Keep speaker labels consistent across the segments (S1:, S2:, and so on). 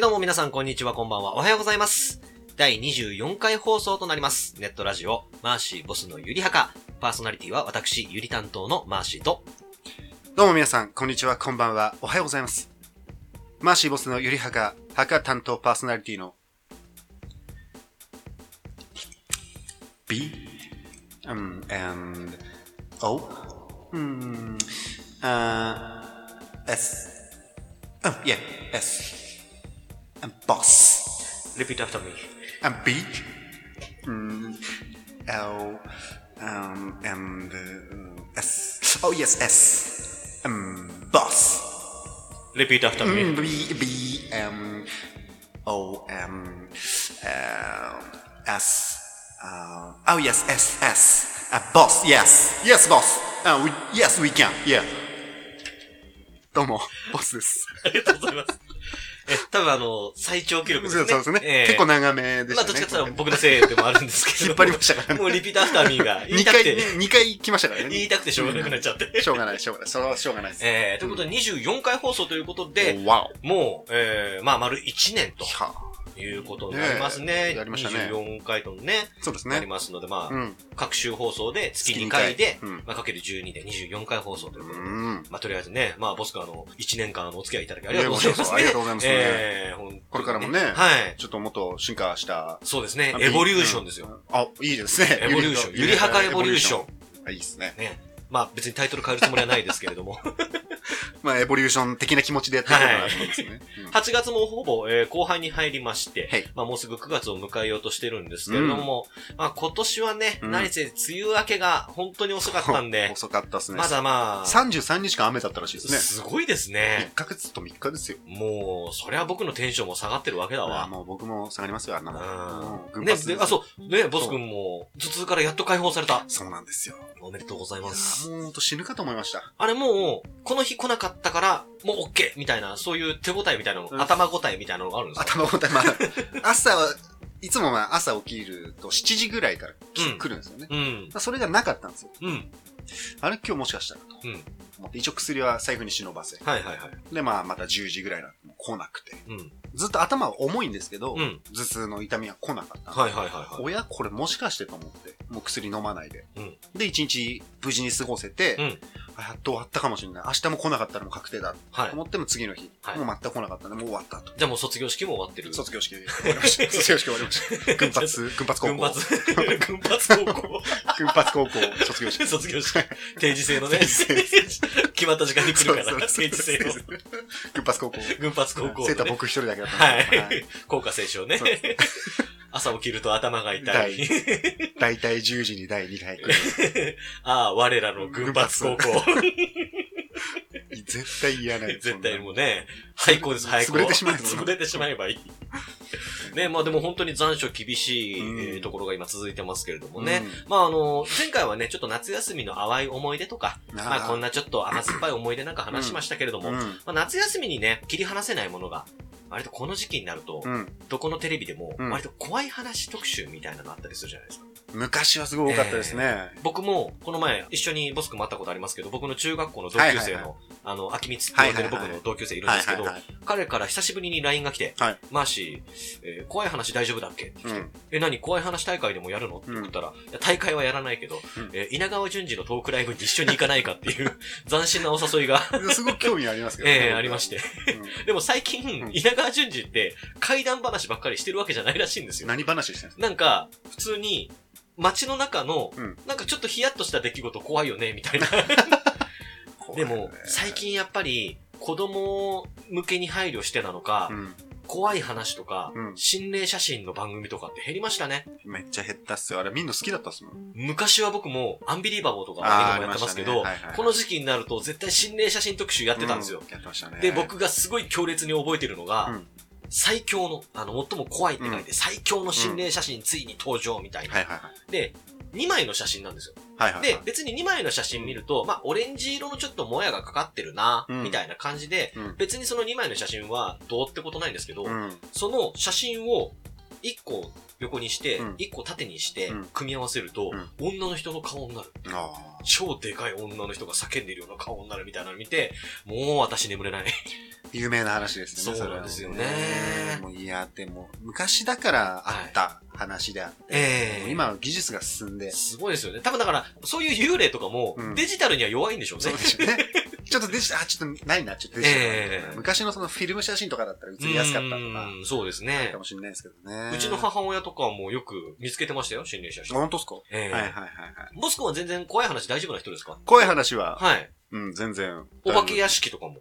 S1: どうも皆さん、こんにちは、こんばんは。おはようございます。第24回放送となります。ネットラジオ、マーシーボスのゆりはか。パーソナリティは私、ゆり担当のマーシーと、
S2: どうも皆さん、こんにちは、こんばんは、おはようございます。マーシーボスのゆりはか、はか担当パーソナリティの B um, and O mm, uh, S oh, yeah S and boss
S1: repeat after me.
S2: and B mm, L um, and uh, S oh yes S um, boss
S1: repeat after
S2: Mm, B B M O M um, S. Uh, oh yes, S S. Uh, boss, yes, yes, boss. Uh, we, yes, we can. Yeah. どうも、ボ スです。
S1: ありがとうございます。え、多分あの、最長記録です
S2: そう
S1: ね。
S2: ですね、
S1: ええ
S2: 結構長めでし
S1: まあ、
S2: たね。
S1: どっちかって言ったら僕のせいでもあるんですけど。
S2: 引っ張りましたからね
S1: もうリピートアフターミーが言い
S2: 2
S1: たく
S2: 回、
S1: て、
S2: 二回来ましたから
S1: 言い
S2: ね。
S1: たくてしょうがなくなっちゃって。
S2: しょうがない、しょうがない。それはしょうがないです。
S1: えー、ということで24回放送ということで、
S2: おわ
S1: もう、えー、まあ、丸1年
S2: お。
S1: と
S2: は
S1: いうことになりますね。
S2: ねやりましたね
S1: 24回とね、
S2: そうです
S1: なり
S2: ね。
S1: ますので、まあ、
S2: うん。
S1: 各週放送で月
S2: 月
S1: 2
S2: 二
S1: 回
S2: 回
S1: で、
S2: うん
S1: まあ、かける12で24回放送といううことで。
S2: ん。
S1: まあ、とりあえずね、まあ、ボス君、あの、1年間あのお付き合いいただきありがとうございます、ね。
S2: いやいやこちらこそありがとうございますね
S1: えー本当にね
S2: これからもね
S1: はい。
S2: ちょっともっと進化した。
S1: そうですね
S2: あ。
S1: エボリューションですよ。。
S2: うんあ、いいですね。
S1: エボリューション。ゆりはかエボリューション。
S2: ン。あいいですね。
S1: ね。まあ別にタイトル変えるつもりはないですけれども。
S2: まあ、エボリューション的な気持ちでやっていこうかなと思うんですね。うん
S1: 8月もほぼ、えー後半に入りまして、
S2: はい
S1: まあもうすぐ9月を迎えようとしてるんですけれども、まあ今年はね、
S2: うん
S1: 何せ梅雨明けが本当に遅かったんで、
S2: 遅かったですね。
S1: まだまあ、
S2: 33日間雨だったらしいですね。
S1: すごいですね
S2: 1。ヶ月と3日ですよ。
S1: もう、そりゃ僕のテンションも下がってるわけだわ。
S2: もう僕も下がりますよ、あんなもん。
S1: う。
S2: うんん
S1: ね、
S2: 群発で
S1: であ、そう、ね、ボス君も、頭痛からやっと解放された。
S2: そうなんですよ。
S1: おめでとうござい
S2: いや
S1: ます。
S2: ーもうほんと死ぬかと思いました。
S1: あれもう、この日来なかったから、もう OK! みたいな、そういう手応えみたいなの、
S2: うん
S1: 頭応えみたいなのがあるんですか
S2: 頭ごたえ、まあ、朝は、いつもまあ朝起きると7時ぐらいからき
S1: うん
S2: 来るんですよね。
S1: うん。
S2: まあそれがなかったんですよ。
S1: うん。
S2: あれ今日もしかしたらと
S1: うん。
S2: 思って、一応薬は財布に忍ばせ。
S1: はいはいはい。
S2: で、まあまた10時ぐらいなの来なくて。
S1: うん。
S2: ずっと頭は重いんですけど、
S1: うん。
S2: 頭痛の痛みは来なかったんです
S1: はいはいはいは
S2: おやこれもしかしてと思って、もう薬飲まないで。
S1: うん
S2: で、一日無事に過ごせて、
S1: うん
S2: あやっと終わったかもしれない。明日も来なかったらもう確定だ
S1: い。
S2: と
S1: はい。
S2: 思っても次の日、
S1: はい
S2: もう全く来なかったんで、もう終わったと。
S1: じゃあもう卒業式も終わってる。
S2: 卒業式終わりました。卒業式終わりました。群発、群発高 校。
S1: 群発、群発高 校。
S2: 群発高校卒業 式。
S1: 卒業式。定時制のね。
S2: 定時制
S1: 決まった時間に来るから、
S2: そう
S1: 定時制の。
S2: 群発高校。
S1: 群発高校の
S2: 生徒は
S1: ね。
S2: 僕一人だけだったん
S1: は
S2: ですけど、
S1: い。効果聖書ね
S2: そうです。
S1: 朝起きると頭が痛い。
S2: 大体10時に第2回来る。
S1: ああ、我らの群発高校。
S2: 絶対嫌ない。
S1: 絶対
S2: も
S1: もうね、廃校です、廃校。
S2: 潰れてしまえば
S1: 潰れてしまえばいい。ね、まあでも本当に残暑厳しいえーところが今続いてますけれどもね。。まああの、前回はね、ちょっと夏休みの淡い思い出とか、
S2: うん
S1: まあこん
S2: な
S1: なちょっと甘酸っぱい思い出なんか話しましたけれども、
S2: あ
S1: ま
S2: ー
S1: あ夏休みにね、切り離せないものが、割とこの時期になると
S2: う、ん。うん。
S1: どこのテレビでも、
S2: うん
S1: 割と怖い話特集みたいなのあったりするじゃないですか。
S2: 昔はすごい多かったですね。
S1: 僕も、この前、一緒にボス君も会ったことありますけど、僕の中学校の同級生
S2: はいはい
S1: の、あの、秋光って呼んでる
S2: はい
S1: 僕
S2: はいはい
S1: の同級生いるんですけど、
S2: い。
S1: 彼から久しぶりに LINE が来て
S2: はい、
S1: マーシー、えー怖い話大丈夫だっけって来
S2: う
S1: て
S2: ん、
S1: え、何怖い話大会でもやるのって送ったら、いや大会はやらないけど、
S2: うん
S1: えー稲川淳二のトークライブに一緒に行かないかっていう 斬新なお誘いが、
S2: すごく興味ありますけどね。
S1: ええ
S2: 僕は
S1: ありまし。て。
S2: う
S1: でも最近
S2: う、ん
S1: 稲川淳二って怪談話ばっかりしてるわけじゃないらしいんです
S2: ん
S1: よ。
S2: 何話してるんです
S1: なんか、普通に、街の中の、
S2: うん
S1: なんかちょっとヒヤッとした出来事怖いよね、みたいな。
S2: か
S1: でも、最、近やっぱり、子供向けに配慮してなのか、
S2: うん。
S1: 怖い話とか、
S2: うん
S1: 心霊写真の番組とかって減りましたね。
S2: めっちゃ減ったっすよ。あれみんな好きだったっすもん。
S1: 昔は僕も、アンビリーバボーとか
S2: あー
S1: 映画もやってますけど、
S2: ありましたねはいはい
S1: この時期になると絶対心霊写真特集やってたんですよ。
S2: う。やってましたね。
S1: で、、僕がすごい強烈に覚えてるのが、
S2: うん
S1: 最強の、あの、最も怖いって書いて、最強の心霊写真ついに登場みたいな。
S2: はいはいはい。
S1: で、2枚の写真なんですよ。
S2: はいはいはい。
S1: で、別に2枚の写真見ると、まあ、オレンジ色のちょっともやがかかってるな、
S2: うん
S1: みたいな感じで、
S2: うん
S1: 別にその2枚の写真はどうってことないんですけど、
S2: うん。
S1: その写真を1個横にして、
S2: うん
S1: 1個縦にして
S2: うん、
S1: 組み合わせると、女の人の顔になる。
S2: あ
S1: 超でかい女の人が叫んでるような顔になるみたいなの見て、もう私眠れない。
S2: ー有名な話ですね。
S1: そうなんですよね
S2: それはもういや、でも、昔だからあった話であって、
S1: ええ
S2: もう今は技術が進んで、
S1: すごいですよね。多分だから、そういう幽霊とかも
S2: うん、
S1: デジタルには弱いんでしょうね。
S2: そうですよね。 ちょっとデジタル、あ、ちょっとないな、ちょっとデジタル、
S1: ええ
S2: 昔のそのフィルム写真とかだったら写りやすかったと
S1: う
S2: か、
S1: んそうですね
S2: か。もしれないですけどね。
S1: うちの母親とかもよく見つけてましたよ、心霊写
S2: あ
S1: 真。
S2: 本当ですか、
S1: ええ
S2: はいはいはいはい。
S1: ボス君は全然怖い話大丈夫な人ですか
S2: 怖い話は、
S1: はい。
S2: うん、全然。
S1: お化け屋敷とかも。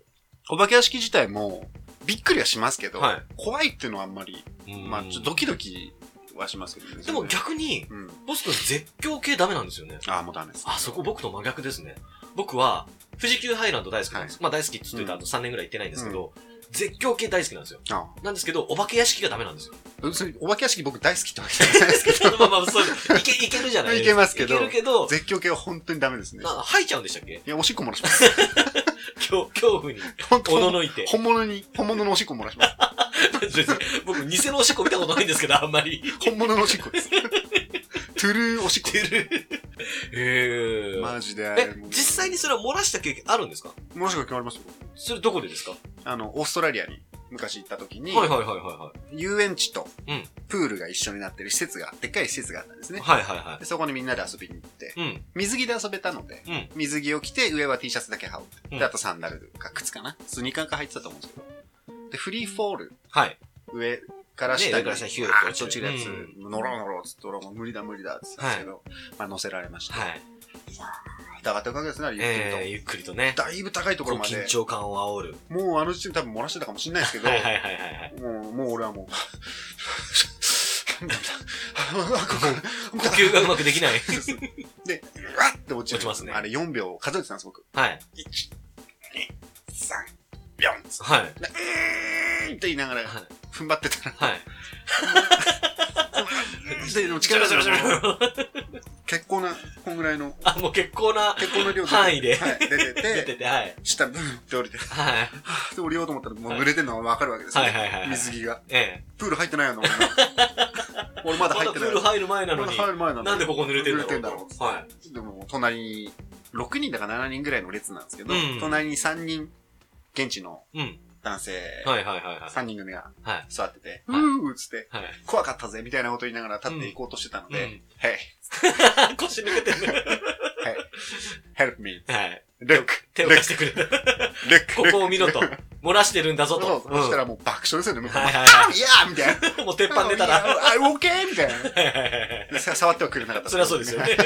S2: お化け屋敷自体も、びっくりはしますけど、
S1: はい
S2: 怖いっていうのはあんまり、
S1: うん
S2: まあ、ちょっとドキドキはしますけどね。
S1: でも
S2: 全然
S1: 逆に、
S2: うん。
S1: ボス君絶叫系ダメなんですよね。
S2: ああ、もうダメです。
S1: あ、そこ僕と真逆ですね。僕は、富士急ハイランド大好きなんです。まあ大好きって言ってたあと3年ぐらい行ってないんですけど、絶叫系大好きなんですよ。
S2: あ
S1: なんですけど、お化け屋敷がダメなん ですよ。
S2: あそれお化け屋敷僕大好きってわけじゃ ないですけど、
S1: まあまあ、そう、いけ、いけるじゃないですか。
S2: いけますけど
S1: いけるけど、
S2: 絶叫系は本当にダメですね
S1: な。吐いちゃうんでしたっけ
S2: いや、おしっこ漏らします。
S1: 恐恐怖に、
S2: 本
S1: おの
S2: 当
S1: のいて。
S2: 本物に、本物のおしっこ漏ら します。
S1: 別に 僕、偽のおしっこ見たことないんですけど、あんまり。
S2: 本物のおしっこです。トゥルーおしっこ
S1: てる。へえ。
S2: マジで。
S1: え、実際
S2: に
S1: にそれは漏らした経験あるんですか
S2: もしか決まりますよ。
S1: それどこでですかは
S2: あの、オーストラリアに昔行った時に、
S1: いはいはいはいは
S2: 遊園地と
S1: うん
S2: プールが一緒になってる施設が、でっかい施設があったんです
S1: い。
S2: ね。
S1: はいはいは
S2: でそこにみんなで遊びに行って、
S1: い。うん。
S2: 水着で遊べたので、
S1: うん
S2: 水着を着て上は T シャツだけ羽織って、
S1: うん
S2: であとサンダルか靴かなスニーカーか入ってたと思うんですけど。で、フリーフォール、
S1: はい。
S2: 上から下
S1: ね上
S2: に、
S1: から下にヒューッ
S2: あー
S1: と
S2: っ
S1: 落
S2: と落
S1: ち
S2: ち
S1: る
S2: るやつ、ノロノロっつって、俺はもう無理だ無理だっつってたんですけど、まあ乗せられました。
S1: はい。
S2: だがっておかげですならゆっくりと。
S1: えー、ゆっくりとね。
S2: だいぶ高いとこ
S1: こう
S2: ろま
S1: 緊
S2: で、
S1: 張感を煽る。
S2: もうあの時点で多分漏らしてたかもしれないですけど、
S1: はいはいはいはいはい。
S2: もう、もう俺はもう、
S1: 呼吸がうまくできない。
S2: で、うわって落ちる。
S1: 落ちますね
S2: あれ4秒数えてたんです、僕。
S1: はい。
S2: 1、2、3、4つ。
S1: はい。
S2: でうーんって言いながら
S1: はい。
S2: 踏ん張ってた ら、
S1: はい。
S2: ででも力が結構な、こんぐらいの、
S1: あ、もう結構な
S2: 結構な量出て
S1: 範囲で
S2: はい、出て
S1: 出
S2: て、
S1: てて、はい。
S2: 下ブーンって降り て、
S1: はい。
S2: はぁって降りようと思ったらもう濡れてるのがわかるわけですね。
S1: はいはいはいはい
S2: 水着が。
S1: ええ。
S2: プール入ってないよな、 俺俺まだ
S1: ま
S2: 入
S1: だ
S2: っ
S1: プ
S2: てな
S1: ー
S2: い。
S1: ル入る前な
S2: ま
S1: の
S2: だ
S1: に、
S2: 入る前なのに
S1: なんでここ濡れてんだろう。
S2: 濡れてんだろう
S1: は
S2: でも、隣に、6人だか7人ぐらいの列なんですけど、
S1: うん
S2: 隣に3人、現地の
S1: い。うん。
S2: 男性、
S1: はいはいはいはい。
S2: 3人組が
S1: はい。
S2: 座ってて、
S1: はいう
S2: ーっつって、
S1: はい。
S2: 怖かったぜ、みたいなこと言いながら立っていこうとしてたので、
S1: うん
S2: Hey,
S1: 腰抜けてるね。
S2: help me,
S1: はい。
S2: look,
S1: 手を貸してくれた。
S2: look,
S1: こ
S2: look.
S1: こを見ろと。漏らしてるんだぞ
S2: そう
S1: と。
S2: そうそしたらもう爆笑ですよね、向こうも。
S1: はいはい
S2: あ
S1: はい
S2: やーみたいな。
S1: うんもう鉄板出た ら。は
S2: あ、OK? みたいない
S1: はいはいはい。
S2: で。さ触ってはくれなかった。
S1: そりゃそうですよ。ね。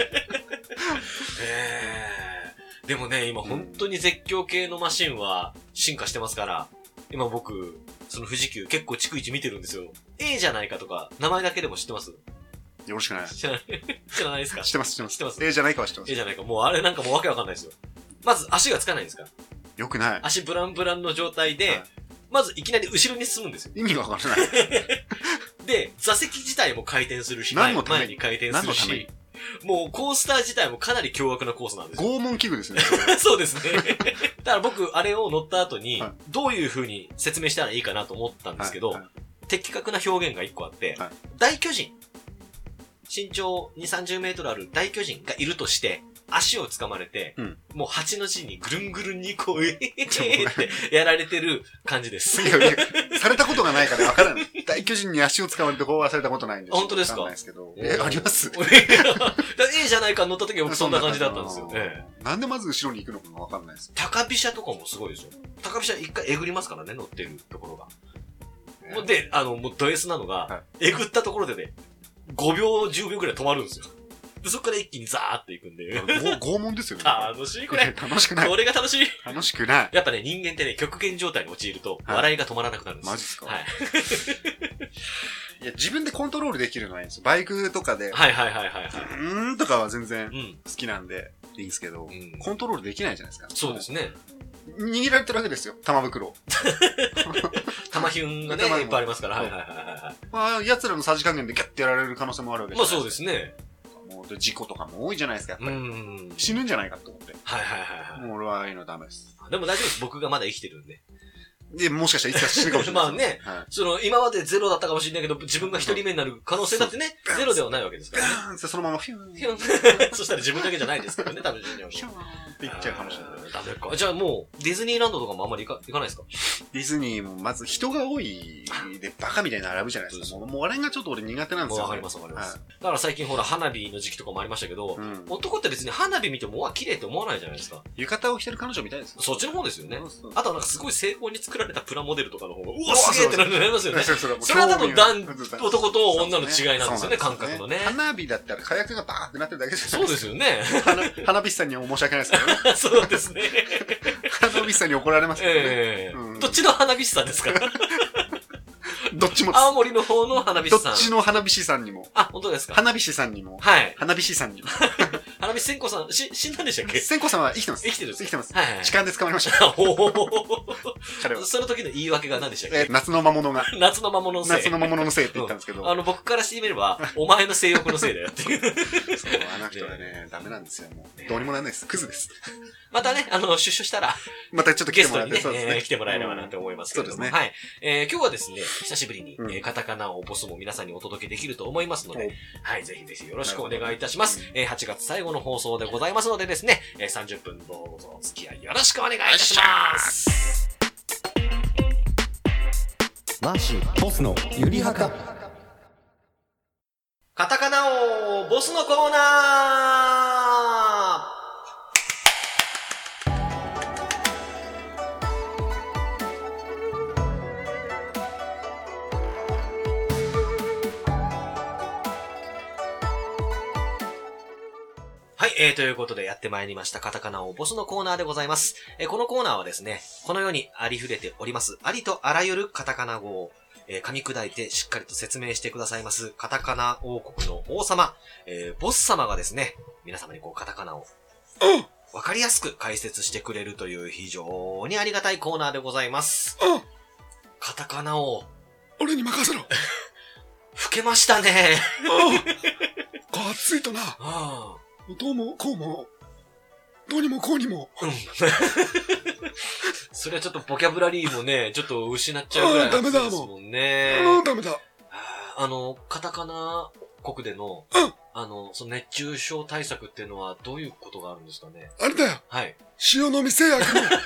S1: えーでもね、今本当に絶叫系のマシンは進化してますから、今僕、その富士急結構逐一見てるんですよ。A じゃないかとか、名前だけでも知ってます
S2: よろしくない。
S1: 知らない、 知らないですか
S2: 知ってます、知ってま
S1: 知っ
S2: す。
S1: てます
S2: えーじゃないかは知ってま
S1: ?A
S2: す。
S1: じゃないか。もうあれなんかもうわけわかんないですよ。まず足がつかないんですから。
S2: よくない。
S1: 足ブランブランの状態で、
S2: はい
S1: まずいきなり後ろに進むんですよ。
S2: 意味がわからない。
S1: で、座席自体も回転するし、
S2: 何のために
S1: 前に回転す
S2: 何
S1: る
S2: のために
S1: し、もうコースター自体もかなり凶悪なコースなんですよ
S2: 拷問器具ですね。
S1: そうですね。だから僕、あれを乗った後に
S2: はい、
S1: どういう風に説明したらいいかなと思ったんですけど、
S2: はいはい
S1: 的確な表現が一個あって、
S2: はい
S1: 大巨人。身長2、30メートルある大巨人がいるとして、足を掴まれて、
S2: うん
S1: もう蜂の字にぐるんぐるんにこう、えへへへってやられてる感じです。
S2: いやいやされたことがないからわからない。大巨人に足を使われてこうはされたことないんです
S1: 本当ですか
S2: わんないですけど。え、あります
S1: いやだから A じゃないか乗った時は僕そんな感じだったんですよ。
S2: そ
S1: ええ
S2: なんでまず後ろに行くのかがわかんないです。
S1: 高飛車とかもすごいですよ。高飛車一回えぐりますからね、乗ってるところが。もうで、あの、もうド S なのが、
S2: は
S1: えぐったところでね、5秒、10秒くらい止まるんですよ。で、そこから一気にザーっていくんで。
S2: 拷拷問ですよね。
S1: 楽しいこれ。
S2: 楽しくない。
S1: これが楽しい。
S2: 楽しくない。
S1: やっぱね、人間ってね、極限状態に陥ると、
S2: はい
S1: 笑いが止まらなくなるんですよ。
S2: マジっすか
S1: はい。
S2: いや、自分でコントロールできるのはいいんですよ。バイクとかで、
S1: はいはいはいはいは
S2: う
S1: い。
S2: ーんとかは全然
S1: うん。
S2: 好きなんで、いいんですけど
S1: う、ん、
S2: コントロールできないじゃないですか。
S1: そうですね。
S2: 握られてるわけですよ、玉袋。
S1: 玉ひゅんがね、
S2: 玉ひゅ
S1: い
S2: ん
S1: っぱいありますから。は
S2: はいい
S1: はいはいはいは
S2: まあ、奴らのさじ加減でギャッてやられる可能性もあるわけ
S1: い。
S2: じゃ
S1: まあ
S2: ない
S1: そうですすね。
S2: か。もうで事故とかも多いじゃないですか。やっ
S1: う
S2: ぱり
S1: ん。
S2: 死ぬんじゃないかと思って。
S1: はいはいはいは
S2: もう俺はああいうのダメです。
S1: い。でも大丈夫です。僕がまだ生きてるんで。
S2: で、もしかしたらいつか死ぬかもしれな い。
S1: まあね、
S2: はい。
S1: その、今までゼロだったかもしれないけど、自分が一人目になる可能性だってね、ゼロではないわけですからね。
S2: ガーンってそのままヒューン。
S1: いやそしたら自分だけじゃないですけどね、多分ジュニアも。
S2: ヒューンっていっちゃうかもしれない。
S1: い。ダメか。じゃあもう、ディズニーランドとかもあんまり行か行かないですか
S2: ディズニーもまず人が多いでバカみたいに並ぶじゃないですか。もうもうあれがちょっと俺苦手なんですよ、
S1: わかりますわかります。だから最近ほら、花火の時期とかもありましたけど
S2: う、ん、
S1: 男って別に花火見ても、うわ、綺麗って思わないじゃないですか。
S2: 浴衣を着てる彼女みたいですよ。
S1: そっちの方ですよね
S2: そう。そう
S1: あとはなんかすごい精巧に作られたプラモデルとかの方が、う
S2: う
S1: わ、
S2: わ
S1: すげえってなりますよね。 それは多分男男と女の違いなんですよね感覚のね
S2: 花火だったら火薬がバーってなってるだけじゃ
S1: そ
S2: ないう
S1: ですよね。
S2: 花花火師さんには申し訳ないですけどね。
S1: そうですね。
S2: 花火師さんに怒られますけどね。
S1: ええ
S2: うん
S1: どっちの花火師さんです か
S2: どっちもで
S1: 青森の方の花火師
S2: す。ど
S1: さん
S2: っ。ちの花火師さんにも。
S1: あ、本当ですか
S2: 花火師さんにも。
S1: はい。
S2: 花火師さんにも。
S1: 花火千子さん、し、死んだんでしたっけ
S2: 千子さんは生きてます。
S1: 生きてるん
S2: 生
S1: です
S2: きてます。
S1: かはいはい
S2: 痴。漢で捕まりました。
S1: お
S2: 彼
S1: お。
S2: は。
S1: その時の言い訳が何でしたっ
S2: え
S1: け
S2: 夏の魔物が。
S1: 夏の魔物のせい。
S2: 夏の魔物のせいって言ったんですけど。
S1: あの、僕からしてみれば、お前の性欲のせいだよっていう。
S2: そう、あの人はね、ダメなんですよ、も
S1: ね
S2: う。どうにもなんないです。クズです。
S1: またね、あの、出所したら、
S2: またちょっと来
S1: ゲ
S2: て
S1: ス
S2: も
S1: ト
S2: らっ
S1: に
S2: て、
S1: ね、
S2: そうです
S1: え
S2: ね。
S1: ー来てもらえればなと思いますけれども。
S2: そうです
S1: はい。えー今日はですね、久しぶりに、
S2: うん
S1: えーカタカナをボスも皆さんにお届けできると思いますの
S2: は
S1: で
S2: い、
S1: はい、ぜひぜひよろしくお願いいたします。えー8月最後の放送でございますのでですね、えー30分どうぞお付き合いよろしくお願いいたします。
S3: マーシーボスのゆりはか
S1: カタカナをボスのコーナーはい、えー、ということでやってまいりました、カタカナをボスのコーナーでございます。えーこのコーナーはですね、この世にありふれております、ありとあらゆるカタカナ語をえー噛み砕いてしっかりと説明してくださいます、カタカナ王国の王様、えーボス様がですね、皆様にこうカタカナを、わかりやすく解説してくれるという非常にありがたいコーナーでございます。
S2: うん
S1: カタカナを、
S2: 俺に任せろ。
S1: 吹けましたね。
S2: がっついたな。
S1: あ
S2: どうも、こうも。どうにもこうにも。
S1: あうんそれはちょっとボキャブラリーもね、ちょっと失っちゃうぐらい
S2: あーダメだ
S1: ですもんね。
S2: うん、ダメだ。
S1: あの、カタカナ国での、
S2: うん
S1: あの、その熱中症対策っていうのはどういうことがあるんですかね
S2: あれだよ。
S1: はい。
S2: 塩飲み製薬の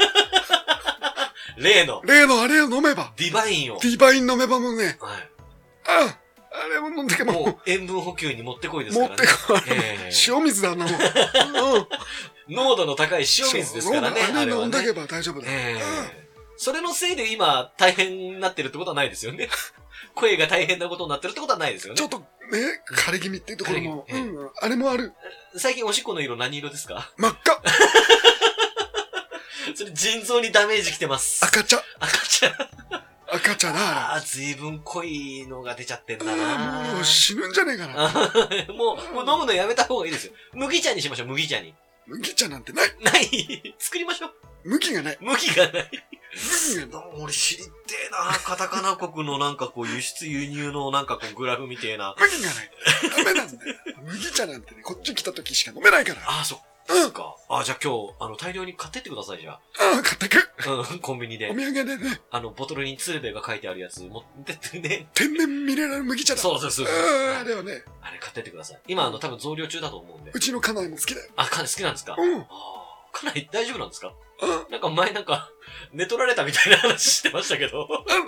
S1: 例の、
S2: 例のあれを飲めば。
S1: ディバインを。
S2: ディバイン飲めばもうね。
S1: はい。
S2: ああれを飲んでけばもう、
S1: もう、塩分補給に持ってこいです
S2: 持
S1: から
S2: って
S1: ね。
S2: こい。
S1: ええ
S2: 塩 水だな、もう。うん。
S1: 濃度の高い塩水ですからね、
S2: そう
S1: あれ
S2: あれ
S1: は
S2: 飲んだ
S1: ね
S2: け。ば大丈夫だよ。
S1: ええそれのせいで今、大変になってるってことはないですよ ね。声が大変なことになってるってことはないですよ
S2: ち
S1: ね
S2: ょっ。と、ね、枯れ気味っていうところも、
S1: 枯れ気味
S2: うん、あれもある。
S1: 最近おしっこの色何色ですか
S2: 真っ赤、
S1: それ腎臓にダメージきてます。
S2: 赤茶、
S1: 赤ちゃん。
S2: 赤茶だ、あれ。
S1: ああ、ずいぶん濃いのが出ちゃってんだ
S2: あ
S1: な
S2: あもう死ぬんじゃねえかな。
S1: あー もう、もう飲むのやめた方がいいですよ。麦茶にしましょう、麦茶に。
S2: 麦茶なんてない。
S1: ない。作りましょう。
S2: 麦がない。
S1: 麦がない。
S2: 麦がない。
S1: どうも俺知りてえな。カタカナ国のなんかこう輸出輸入のなんかこうグラフみてえな。
S2: 麦がない。ダメなんだよ。麦茶なんてね、こっち来た時しか飲めないから。
S1: あ
S2: あ
S1: あ、そっか。ああ、じゃあ今日、あの、大量に買ってってください、じゃ
S2: あ、買ってく。
S1: あ。うん、コンビニ
S2: お
S1: で。
S2: 土産でね、
S1: あの、ボトルに鶴瓶が書いてあるやつ持ってってね。
S2: 天然ミネラル麦茶だ。
S1: そうそうそうそう。
S2: あああ
S1: あ
S2: れはね、
S1: れ買ってってください。今、あの、多分増量中だと思うんで
S2: う。ちの家内も好きだよ。
S1: あ、かなり好きなんですかあ
S2: うん。
S1: あ、かなり大丈夫なんですか
S2: あ
S1: なんか前なんか、寝取られたみたいな話してましたけど。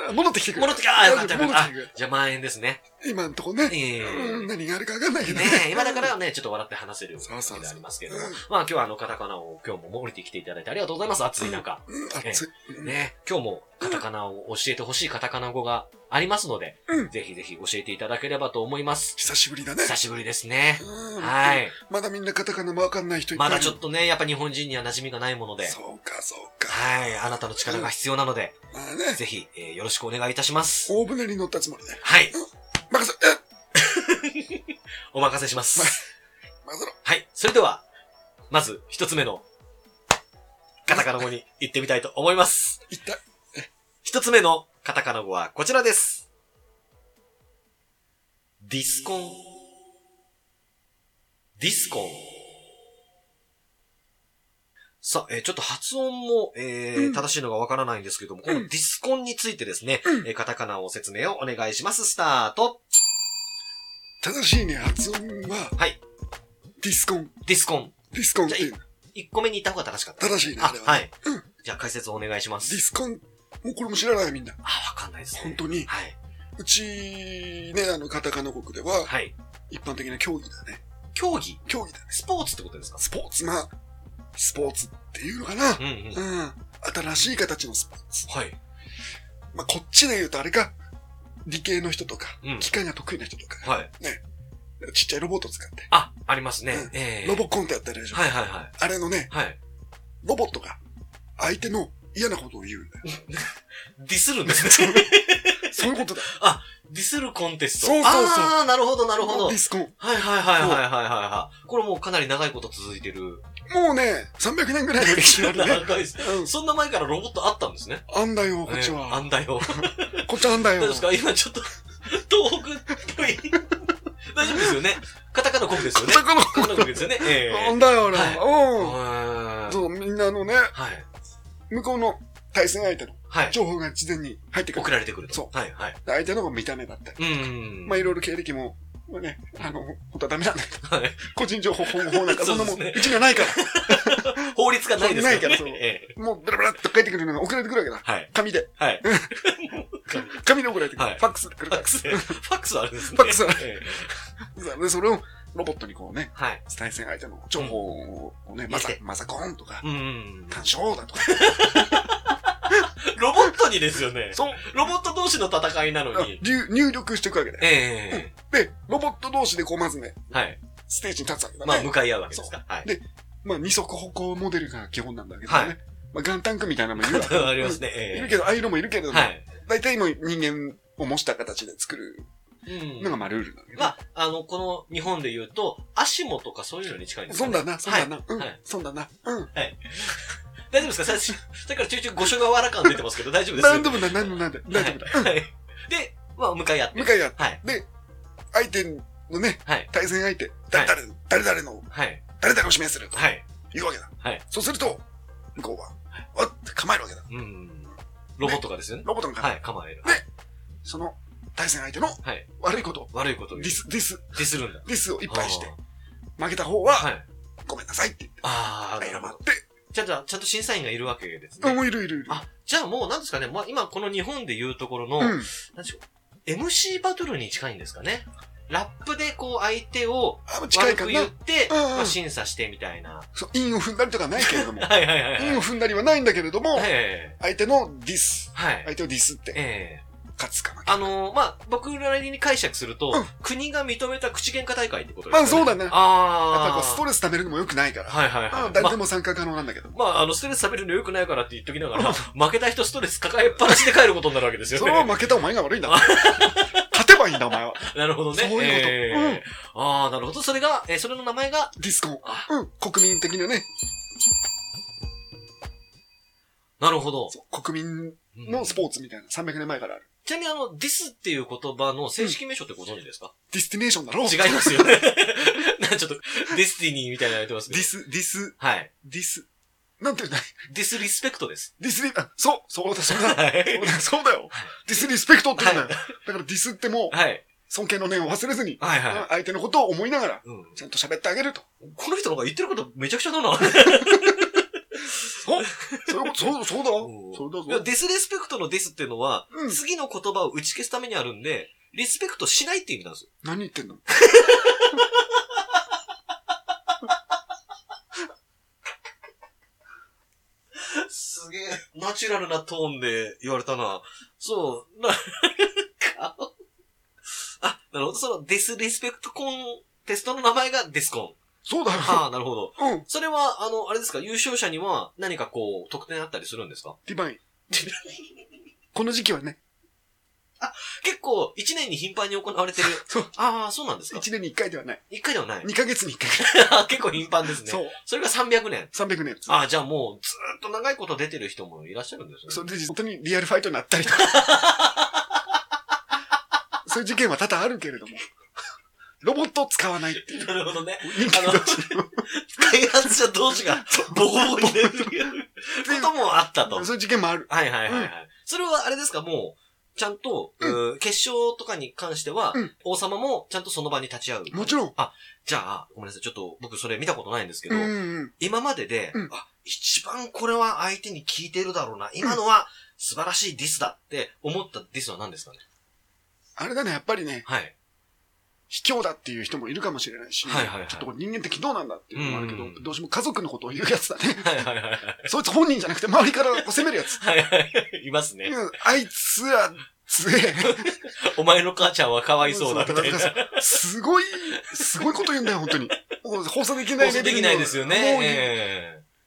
S2: あ戻ってきてくれ。
S1: 戻ってきたああよかったよかっ
S2: 戻ったてきてくれ。
S1: じゃあ万円ですね。
S2: 今のとこね、
S1: ええ
S2: うん、何があるかわかんないけど
S1: ね え、今だからね、ちょっと笑って話せるわけでありますけれども
S2: そうそう。
S1: まあ今日はあの、カタカナを今日も降りてきていただいてありがとうございます。暑い中。
S2: うん、熱い。
S1: ね今日もカタカナを教えてほしいカタカナ語がありますので、
S2: うん
S1: ぜひぜひ教えていただければと思います。
S2: 久しぶりだね。
S1: 久しぶりですね。
S2: うん
S1: は。い。
S2: まだみんなカタカナもわかんない人いっぱい
S1: ま
S2: いる
S1: だちょっとね、やっぱ日本人には馴染みがないもので、
S2: そうか、そうか。
S1: はい。あなたの力が必要なので、
S2: まあね、
S1: ぜひ、えーよろしくお願いいたします。
S2: 大船に乗ったつもりで。
S1: はい。
S2: 任せ、え
S1: お任せします。
S2: 任せろ。
S1: はい。それでは、まず一つ目のカタカナ語に行ってみたいと思います。
S2: 一体、
S1: 一つ目のカタカナ語はこちらです。ディスコン。ディスコン。さあ、えーちょっと発音も、えー
S2: うん
S1: 正しいのがわからないんですけども、このディスコンについてですね、
S2: うん
S1: えーカタカナを説明をお願いします。スタート
S2: 正しいね、発音は、
S1: はい。
S2: ディスコン、
S1: ディスコン。
S2: ディスコンっていう。
S1: 1個目に言った方が正しかった。
S2: 正しいね、あ
S1: あ
S2: れ、は
S1: は
S2: ね。
S1: い。じゃあ解説お願いしま
S2: ディ
S1: す。
S2: スコン、もうこれも知らないみんな。
S1: あ、わかんないですね。
S2: 本当に
S1: はい。
S2: うち、ね、あの、カタカナ国では、
S1: はい。
S2: 一般的な競技だね。
S1: 競技
S2: 競技だね。
S1: スポーツってことですか
S2: スポーツ、まあ、スポーツっていうのかな
S1: う。んうん。
S2: うん。新しい形のスポーツ。
S1: はい。
S2: まあ、こっちで言うとあれか、理系の人とか、
S1: うん
S2: 機械が得意な人とか、
S1: はい。
S2: ちっちゃいロボット使って、
S1: あ、ありますね
S2: うん。
S1: ええ
S2: ロボコンってやったらいいじゃん。
S1: はいはいはい。
S2: あれのね、
S1: はい。
S2: ロボットが、相手の嫌なことを言う んだよ。
S1: ディスるん ですね。
S2: そういうことだ。
S1: ディスるコンテスト。
S2: そうそうそう
S1: ああ、なるほどなるほど
S2: ディ。スコン。
S1: はいはいはいはいはいはいはい。これもうかなり長いこと続いてる。
S2: もうね、300年ぐらいの歴史がある ね。
S1: 長いです。
S2: うん。
S1: そんな前からロボットあったんですね。
S2: あんだよ、こっち
S1: えーあ
S2: は。
S1: んだよ。
S2: こっちはあんだ
S1: 大
S2: よ
S1: 丈夫。ですか今ちょっと、 東北っぽい。大丈夫ですよねカタカナ国ですよね
S2: カタカナ
S1: カタカナ国ですよねえ
S2: あ
S1: え
S2: んだよ、あれ。
S1: は
S2: うん。
S1: い
S2: そう、みんなあのね、
S1: はい。
S2: 向こうの対戦相手の
S1: はい。
S2: 情報が事前に入ってく
S1: 送
S2: る。
S1: られてくると。
S2: そ
S1: はいはい。
S2: 相手の見た目だったり。
S1: うーん。
S2: まあ、いろいろ経歴も、まあね、あの、本当はダメなんだけど、
S1: はい
S2: 個人情報保護法なんかそんなも
S1: そうですね
S2: ん、うちにはないから。
S1: 法律がないです
S2: ないからそう
S1: ええ
S2: もう、ブラブラっと書いてくるのが送られてくるわけだ。
S1: はい。
S2: 紙で。
S1: はい。
S2: 紙で送られてくる。
S1: はい
S2: ファックスで来る
S1: ファ
S2: から
S1: ックス、ファックスあるんですね。
S2: ファックスある
S1: ええ
S2: で、 それをロボットにこうね、
S1: はい。
S2: 対戦相手の情報をね、
S1: ん
S2: まさ
S1: 入れ、て
S2: まさこんとか
S1: う、ん。
S2: 干渉だとか。
S1: ロボットにですよね。
S2: そう。
S1: ロボット同士の戦いなのに。
S2: 入入力していくわけだよ。
S1: ええ
S2: で、ロボット同士でこう、まずね、
S1: はい。
S2: ステージに立つわけだね。
S1: まあ、向かい合うわけですか。はい。
S2: まあ、二足歩行モデルが基本なんだけどね。
S1: はい
S2: まあ、ガンタンクみたいなのもいるわけ
S1: ありますね。
S2: い
S1: え
S2: るけど、ああいうのもいるけれ
S1: え
S2: ども、
S1: はい。
S2: 大体もう人間を模した形で作る
S1: うん
S2: のがまあルールなんだけど、
S1: まあ、あの、この日本で言うと、足もとかそういうのに近いんです
S2: そ
S1: か
S2: ん
S1: ね
S2: だな、そんだな、うん、
S1: はい
S2: そんだな、うん。
S1: 大丈夫ですかさしさっきからちょいちょい五所川原感出てますけど、大丈夫です
S2: なんでもない、なんでもない、なんでもな
S1: はい。
S2: い。
S1: で、まあ、向かい合って。
S2: 向かい合って、
S1: はい。
S2: で、相手のね、
S1: はい。
S2: 対戦相手、だ誰々、誰々の、
S1: はい。
S2: 誰々を指名すると
S1: はい。
S2: いうわけだ。
S1: はい
S2: そうすると、向こうは、わって構えるわけだ。
S1: うん。ロボットがですよね。
S2: ロボットが構え
S1: は
S2: る、
S1: い、構える。
S2: ねその対戦相手の
S1: はい。
S2: 悪いこと、
S1: 悪いことを
S2: デ
S1: 言う
S2: ィス、ディス、
S1: ディスるんだ。
S2: ディスをいっぱいして、
S1: あ
S2: 負けた方
S1: ー。
S2: は、
S1: はい。
S2: ごめんなさいって
S1: ああ、
S2: 謝
S1: なるほ
S2: っ
S1: ど。
S2: て、
S1: ちゃんと、ちゃんと審査員がいるわけです
S2: うん、
S1: ね。
S2: もういるいるいる。
S1: あ、じゃあもう、なんですかね、まあ、今この日本で言うところの、
S2: うん。
S1: なんでしょう、MC バトルに近いんですかね。ラップでこう相手を
S2: あもう近
S1: 悪
S2: いか
S1: く
S2: な
S1: 言。って、
S2: うんうん
S1: まあ、審査してみたいな。
S2: そう、陰を踏んだりとかないけれども、
S1: はいはいはいはい。
S2: 陰を踏んだりはないんだけれども、
S1: ええ
S2: 相手のディス、
S1: はい。
S2: 相手をディスって、
S1: ええ
S2: 勝つかな。
S1: あのーまあ、僕らなりに解釈すると、
S2: うん
S1: 国が認めた口喧嘩大会ってことですよ
S2: まあ
S1: ね。
S2: そうだね。やっ
S1: ああ。
S2: ぱこうストレス溜めるのも良くないから。
S1: はいはい
S2: ま
S1: は
S2: あ
S1: い。
S2: 誰
S1: ま
S2: でも参加可能なんだけ ど。
S1: まあ、あの、ストレス食べるの良くないからって言っときながら、負けた人ストレス抱えっぱなしで帰ることになるわけですよ
S2: それは
S1: ね。
S2: 負けたお前 が悪いんだ。勝てばいいんだお前は。
S1: なるほどね。
S2: そういうこと
S1: ええああ、なるほど。それが、えーそれの名前が、
S2: ディスコン。うん。国民的なね、
S1: なるほど。
S2: そう国民
S1: うん
S2: のスポーツみたいな、300年前からある。
S1: ちなみにあの、ディスっていう言葉の正式名称ってご存知ですか、
S2: ディスティネーションだろ
S1: 違いますよね。 なんかちょっと、ディスティニーみたいなのやってますけ
S2: ディ
S1: ど。
S2: ス、ディス、
S1: はい。
S2: ディス。なんていうんだ
S1: ディスリスペクト です。
S2: ディスリ、あ、そう、そうだ、そうだ。
S1: はい
S2: そうだそうだよ。ディスリスペクトって言うんだよ。だからディスっても、
S1: はい。
S2: 尊敬の念を忘れずに、
S1: はいはい。
S2: 相手のことを思いながら、
S1: うん、
S2: ちゃんと喋ってあげると。
S1: この人なんか言ってることめちゃくちゃだな。
S2: そう、そう いうこと、そう、そうだ
S1: うん
S2: よ。そうだ
S1: いや
S2: ぞ。
S1: ディスリスペクトのディスっていうのは、
S2: うん
S1: 次の言葉を打ち消すためにあるんで、リスペクトしないって意味なんですよ。
S2: 何言ってんの
S1: すげえ、ナチュラルなトーンで言われたな。そう、な、なんかあ、なるほど。そのディスリスペクトコンテストの名前がディスコン。
S2: そうだよ。
S1: ああ、なるほど。
S2: うん。
S1: それは、あの、あれですか、優勝者には何かこう、得点あったりするんですか
S2: ディバイン。この時期はね、
S1: 結構、一年に頻繁に行われてる。
S2: そう
S1: ああ、そうなんですか
S2: 1年に1回ではない。
S1: 一回では ない。
S2: 2ヶ月に1回ぐらい。
S1: 結構頻繁ですね。
S2: そう。
S1: それが300年。
S2: 300年。
S1: ああ、じゃあもう、ずーっと長いこと出てる人もいらっしゃるんです
S2: そ
S1: ね。
S2: れで本当にリアルファイトになっ たりとか。そういう事件は多々あるけれ ども。ロボットを使わないっていう。
S1: なるほどね。
S2: 人間同士の
S1: 開発者同士がボコボコに出るっていうこともあったと。はい
S2: そういう事件もある。
S1: はいはいはい。それはあれですか、もう、ちゃんと、うー決勝とかに関しては、
S2: うん
S1: 王様もちゃんとその場に立ち会う。
S2: もちろん。
S1: じゃあ、ごめんなさい、ちょっと僕それ見たことないんですけ
S2: う
S1: ど、
S2: んうん。
S1: 今までで、
S2: うん
S1: あ、一番これは相手に聞いてるだろうな、今のは素晴らしいディスだって思ったディスは何ですかね
S2: あれだね、やっぱりね、
S1: はい。
S2: 卑怯だっていう人もいるかもしれないし、
S1: はいはいはい
S2: ちょっとこれ人間って器用なんだっていうのもあるけど、
S1: うん
S2: どうしても家族のことを言うやつだね。
S1: はいはいはいはい。
S2: そいつ本人じゃなくて周りからこう責め るやつ。
S1: はいはい。いますね。
S2: うんあいつは強え。
S1: お前の母ちゃんはかわいそうだみたいな。
S2: そうすごい、すごいこと言うんだよ、本当に。もう放送できない
S1: 放送できないですよね。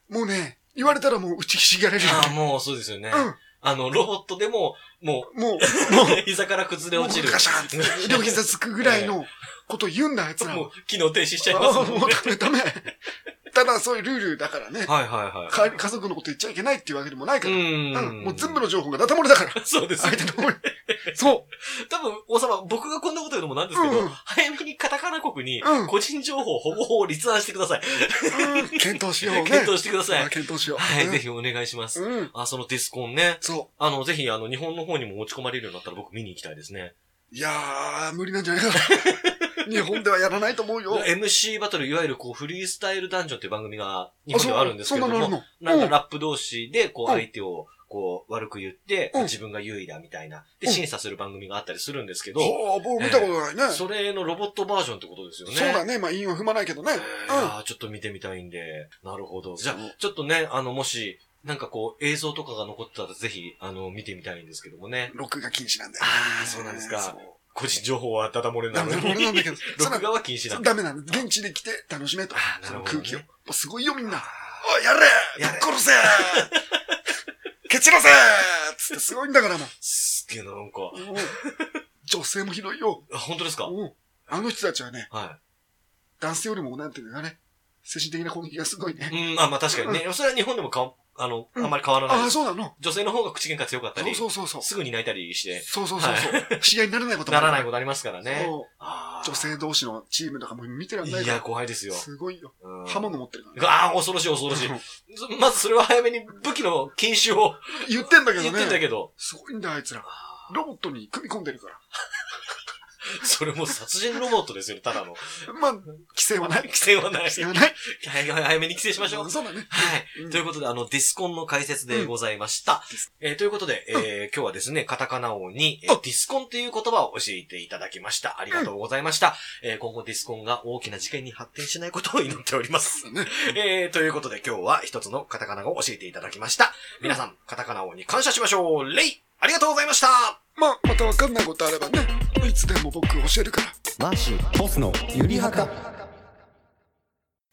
S2: も
S1: え
S2: う,、もうね、言われたらもう打ちひしがれる
S1: え
S2: よ。
S1: ああ、もうそうですよね。あの、ロボットでも、も
S2: うん。もう、
S1: う、 膝から崩れ
S2: もう
S1: 落ちる。
S2: ガシャンって、両膝つくぐらいのことを言うんだ、あいつらは。
S1: もう、機能停止しちゃいます
S2: あ
S1: も
S2: あ
S1: んね。
S2: もうダメダメ。ただそういうルールだからね。
S1: はいはいは
S2: か家族のこと言っちゃいけないっていうわけでもない
S1: い。
S2: から。
S1: う
S2: うん
S1: ん。
S2: もう全部の情報がダタ漏れだから。
S1: そうです。
S2: 相手の方に。そ
S1: 多分、王様、僕がこんなこと言うのもなんですけど、
S2: うん
S1: 早めにカタカナ国に
S2: うん、
S1: 個人情報保護法を立案してください。
S2: う。うん検討しようね。
S1: 検討してください
S2: あ。検討しよう。
S1: はい、
S2: うん
S1: ぜひお願いします。
S2: うん。
S1: あ、そのディスコンね。
S2: そ
S1: あの、ぜひ、あの、日本の方にも持ち込まれるようになったら僕見に行きたいですね。
S2: う。いやー、無理なんじゃないか な。日本ではやらないと思うよ。
S1: MC バトル、いわゆるこう、フリースタイルダンジョンっていう番組が日
S2: あ
S1: 本ではあるんですけれど
S2: そんな
S1: も、
S2: のあ
S1: な
S2: る
S1: んか
S2: のうん
S1: ラップ同士で、こう、
S2: うん
S1: 相手を、こう、悪く言って、
S2: うん
S1: 自分が優位だみたいな、で、
S2: うん
S1: 審査する番組があったりするんですけど、
S2: ほう、僕見たことないね。そ
S1: それのロボットバージョンってことですよ
S2: う
S1: ね。
S2: だね。まあ、韻を踏まないけどね。
S1: いやーちょっと見てみたいんで。なるほど。じゃあ、ちょっとね、あの、もし、なんかこう、映像とかが残ってたら、ぜひ、あの、見てみたいんですけどもね
S2: う。ん。録画禁止なんだよ。
S1: あーそうなんですか
S2: そう
S1: 個人情報はダダ漏れな
S2: ダ
S1: のに
S2: メダ。メなんだけど。それ
S1: 録画は禁止なんだ。
S2: ダメなんだ。現地で来て楽しめと
S1: あ。ーな
S2: そ
S1: るほ
S2: の
S1: どね
S2: 空気を。もうすごいよ、みんな。おい、やれ
S1: や
S2: ぶ
S1: れ
S2: っ 殺せ蹴散らせつってすごいんだからも
S1: すっげえな、なんか。
S2: う。うん女性もひどいよ。
S1: あ、本当ですか
S2: うんあの人たちはね、
S1: は
S2: 男性よりも、なんていうのかね、精神的な攻撃がすごいね。
S1: い。うん、あ、まあ確かにね。それは日本でもか、あの、あ
S2: うん
S1: んまり変わらない
S2: あ
S1: で
S2: あ、
S1: す。
S2: そうなの。
S1: 女性の方が口喧嘩強かった
S2: そう
S1: り、
S2: そうそうそう。
S1: すぐに泣いたりして、
S2: そうそうそうそう。知り合いにならないことも
S1: な
S2: ある
S1: らないことありますからね。
S2: そう
S1: あー
S2: 女性同士のチームとかも見てらんない
S1: い
S2: か
S1: や、
S2: ら。
S1: 怖いですよ。
S2: すごいよ。
S1: うん
S2: 刃物持ってるからね。
S1: ああ、恐ろしい恐ろしい。そ まずそれは早めに武器の禁止を
S2: 言ってんだけ
S1: 言
S2: ど
S1: ってんだ
S2: ね。
S1: けど、
S2: すごいんだよ、あいつら。ロボットに組み込んでるから。
S1: それもう殺人ロボットですよ、ただの。
S2: まあ、規制はない。
S1: 規制はない。
S2: 規制
S1: 早め
S2: はない。
S1: 早めに規制しましょう。
S2: そうだね。
S1: はい、
S2: うん
S1: ということで、あの、ディスコンの解説でございました。えーということで、えー今日はですね、カタカナ王に、えー
S2: うん
S1: ディスコンという言葉を教えていただきました。ありがとうございました。えー今後ディスコンが大きな事件に発展しないことを祈っております。 えーということで、今日は一つのカタカナ語を教えていただきました。皆さん、カタカナ王に感謝しましょう。レイありがとうございました
S2: まあ、またわかんないことあればね、いつでも僕教えるから。
S4: マーシーボスのゆりはか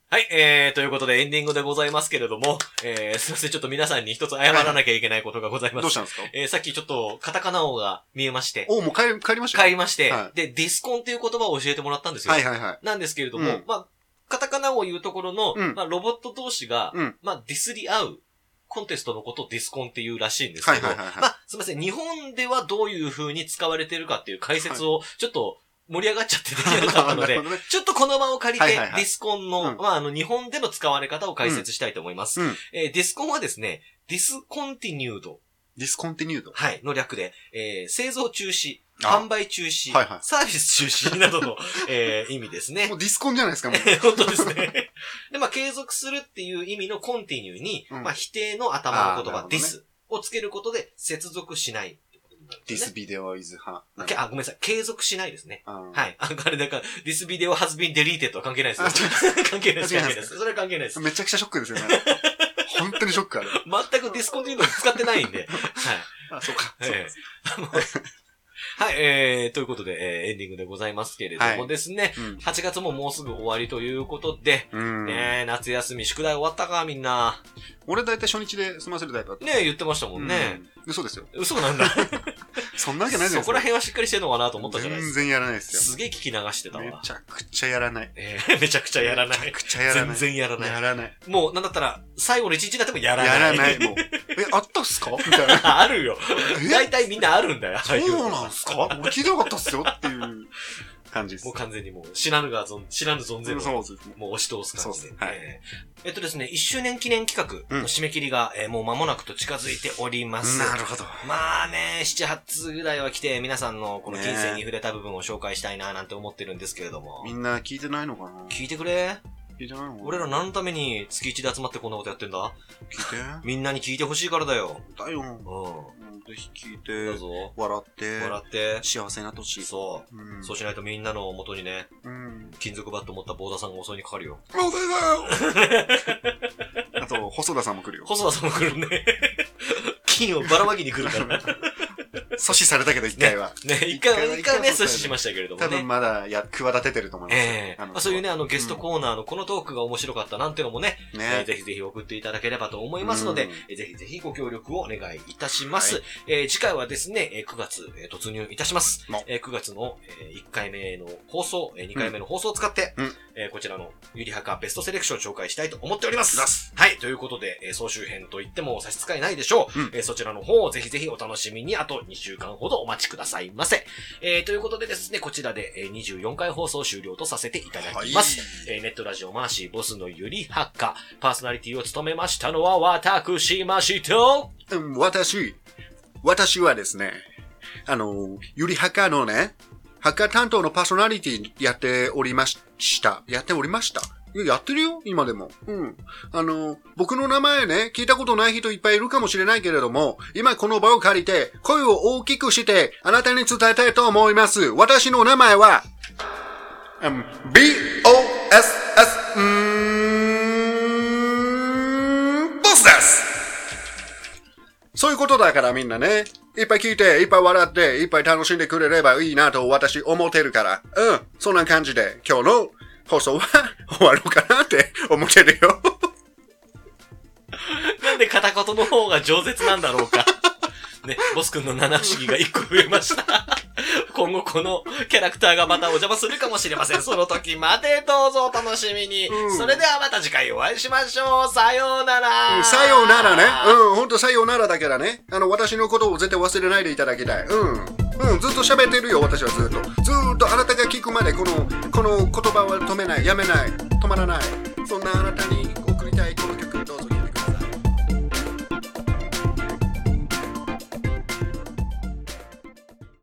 S1: はい、えー、ということでエンディングでございますけれども、えー、すいません、ちょっと皆さんに一つ謝らなきゃいけないことがございます。
S5: どうしたんですか
S1: えー、さっきちょっと、カタカナ王が見えまして、
S5: おう、もう帰り帰りました
S1: 帰
S5: よ
S1: りまして、
S5: は
S1: で、ディスコンっていう言葉を教えてもらったんですよ。
S5: はいはいはい。
S1: なんですけれども、
S5: うん
S1: まあ、カタカナを言うところの、
S5: うん
S1: まあ、ロボット同士が、
S5: うん
S1: まあ、ディスり合うコンテストのことをディスコンっていうらしいんですけど、
S5: はいはいはいはい
S1: まあ、すみません、日本ではどういう風に使われてるかっていう解説を、ちょっと盛り上がっちゃってできなかった ので、
S5: ほどね。
S1: ちょっとこの場を借りて、
S5: はいはいはい
S1: ディスコンの、
S5: うん
S1: まあ、あの、日本での使われ方を解説したいと思います。
S5: うんうん
S1: えーディスコンはですね、ディスコンティニュード、
S5: ディスコンティニュード。
S1: はい、の略で、えー製造中止、
S5: あ
S1: 販売中止、
S5: はいはい
S1: サービス中止 などの、えー意味ですね
S5: も。うディスコンじゃないですか、もう。
S1: 本当ですね。で、まあ、継続するっていう意味のコンティニューに、
S5: うん
S1: まあ、否定の頭の言
S5: あーなるほ
S1: 葉、
S5: どね
S1: ディスをつけることで接続しないってことになるん
S5: デ
S1: で
S5: ィ
S1: す
S5: ス
S1: ね。
S5: ビデオイズ派。
S1: あけあ、ごめんなさい。継続しないですね。
S5: は
S1: はい。あ、あれだから、ディスビデオハズビンデリーテッドは関係ないですよ
S5: あ違い。
S1: 関係ないです。
S5: 違います
S1: 関係ないです。それは関係ないです。
S5: めちゃくちゃショックですよ ね。本当にショックある。
S1: 全くディスコンティニュード使ってないんで。はい。
S5: あ、 そうか。
S1: ええはい、えー、ということで、えーエンディングでございますけれどもですね、
S5: うん
S1: 8月ももうすぐ終わりということで、
S5: うん
S1: ねえ夏休み宿題終わったかみんな。
S5: 俺大体初日で済ませるタイプだった。
S1: ねえ言ってましたもん
S5: う
S1: ね。
S5: ん。嘘ですよ。
S1: 嘘なんだ。
S5: そんなわけないじゃないで
S1: そ
S5: す
S1: こ。
S5: から
S1: 辺はしっかりしてるのかなと思ったじゃないで
S5: 全
S1: すか。
S5: 然やらないですよ。
S1: すげえ聞き流してた
S5: め
S1: わ。
S5: ちゃくちゃやらない。
S1: えーめ ちゃくちゃやらない。
S5: めちゃくちゃやらない。
S1: 全然やらない。
S5: やらない。
S1: もう、なんだったら、最後の一日になってもやらない。
S5: やら ない、もう。え、あったっすかみたいな。
S1: あるよ。
S5: え
S1: 大体みんなあるんだよ。ああい
S5: そう
S1: の
S5: なんすか俺聞いてなかったっすよっていう。
S2: 感じで す。
S1: もう完全にもう知らぬが存、知らぬ存ぜ
S2: う
S1: ぬ
S2: ん。そうですね。
S1: もう押し通す感じで。
S2: そうですねはい
S1: えーえっとですね、1周年記念企画の締め切りが、えーもう間もなくと近づいております。
S2: なるほど。
S1: まあね、7、8ぐらいは来て、皆さんのこの
S2: ね
S1: 人生に触れた部分を紹介したいななんて思ってるんですけれども
S2: み。んな聞いてないのかな
S1: 聞いてくれ
S2: 聞いてないのかな
S1: 俺ら何のために月1で集まってこんなことやってんだ
S2: 聞いて。
S1: みんなに聞いてほしいからだよ。
S2: だよ。うん
S1: う
S2: ぜひ聞い
S1: ん。だ
S2: て、
S1: ぞ。
S2: 笑って、
S1: 笑って。
S2: 幸せになってほしい。
S1: そうう。
S2: ん。
S1: そうしないとみんなの元にね、
S2: うん。
S1: 金属バット持ったボーダさんが襲いにかかるよ。
S2: もう大だ よあと、細田さんも来るよ。
S1: 細田さんも来るね。 金をばらまきに来るから。
S2: 阻止されたけど、一回は。
S1: ね、一回は、一
S2: 一回
S1: 回はね、
S2: は一回は
S1: 阻止しましたけれども
S2: 多分
S1: ね。
S2: まだや企ててると思いますよ。
S1: ええ
S2: あの
S1: まあそういうね、あの、ゲストコーナーのこのトークが面白かったなんてのもね、えー
S2: ね。
S1: ぜひぜひ送っていただければと思いますので、
S2: うん
S1: えーぜひぜひご協力をお願いいたします。えー次回はですね、えー9月、えー突入いたします
S2: の。
S1: えー9月の、え1回目の放送、え2回目の放送を使って、
S2: うん
S1: えーこちらのゆりはかベストセレクションを紹介したいと思っております。
S2: ラス
S1: はい。ということで、えー総集編と言っても差し支えないでしょう。
S2: うん
S1: えーそちらの方をぜひぜひお楽しみに、あと2週間ほどお待ちくださいませ。えーということでですね、こちらでえー24回放送終了とさせていただきます。えーネットラジオマーシーボスのゆりはっか、パーソナリティを務めましたのは私ましと、
S2: うん、私、私はですね、あの、ゆりはかのね、ハッカー担当のパーソナリティやっておりました。やっておりました。いややってるよ今でも。うん。あの、僕の名前ね、聞いたことない人いっぱいいるかもしれないけれども、今この場を借りて、声を大きくして、あなたに伝えたいと思います。私の名前は、うん、B-O-S-S、うーん、ボスですそういうことだからみんなね。いっぱい聞いて、いっぱい笑って、いっぱい楽しんでくれればいいなと私思ってるから。うん。そんな感じで、今日の放送は終わろうかなって 思ってるよ。
S1: なんで片言の方が饒舌なんだろうか。 ね、ボス君の七不思議が一個増えました。 今後このキャラクターがまたお邪魔するかもしれません。その時までどうぞお楽しみに。
S2: うん
S1: それではまた次回お会いしましょう。さようなら。
S2: さようならね。うん、ほんとさようならだからね。あの、私のことを絶対忘れないでいただきたい。うん。うん、ずっと喋ってるよ、私はずっと。ずーっとあなたが聞くまで、この、この言葉は止めない、やめない、止まらない。そんなあなたに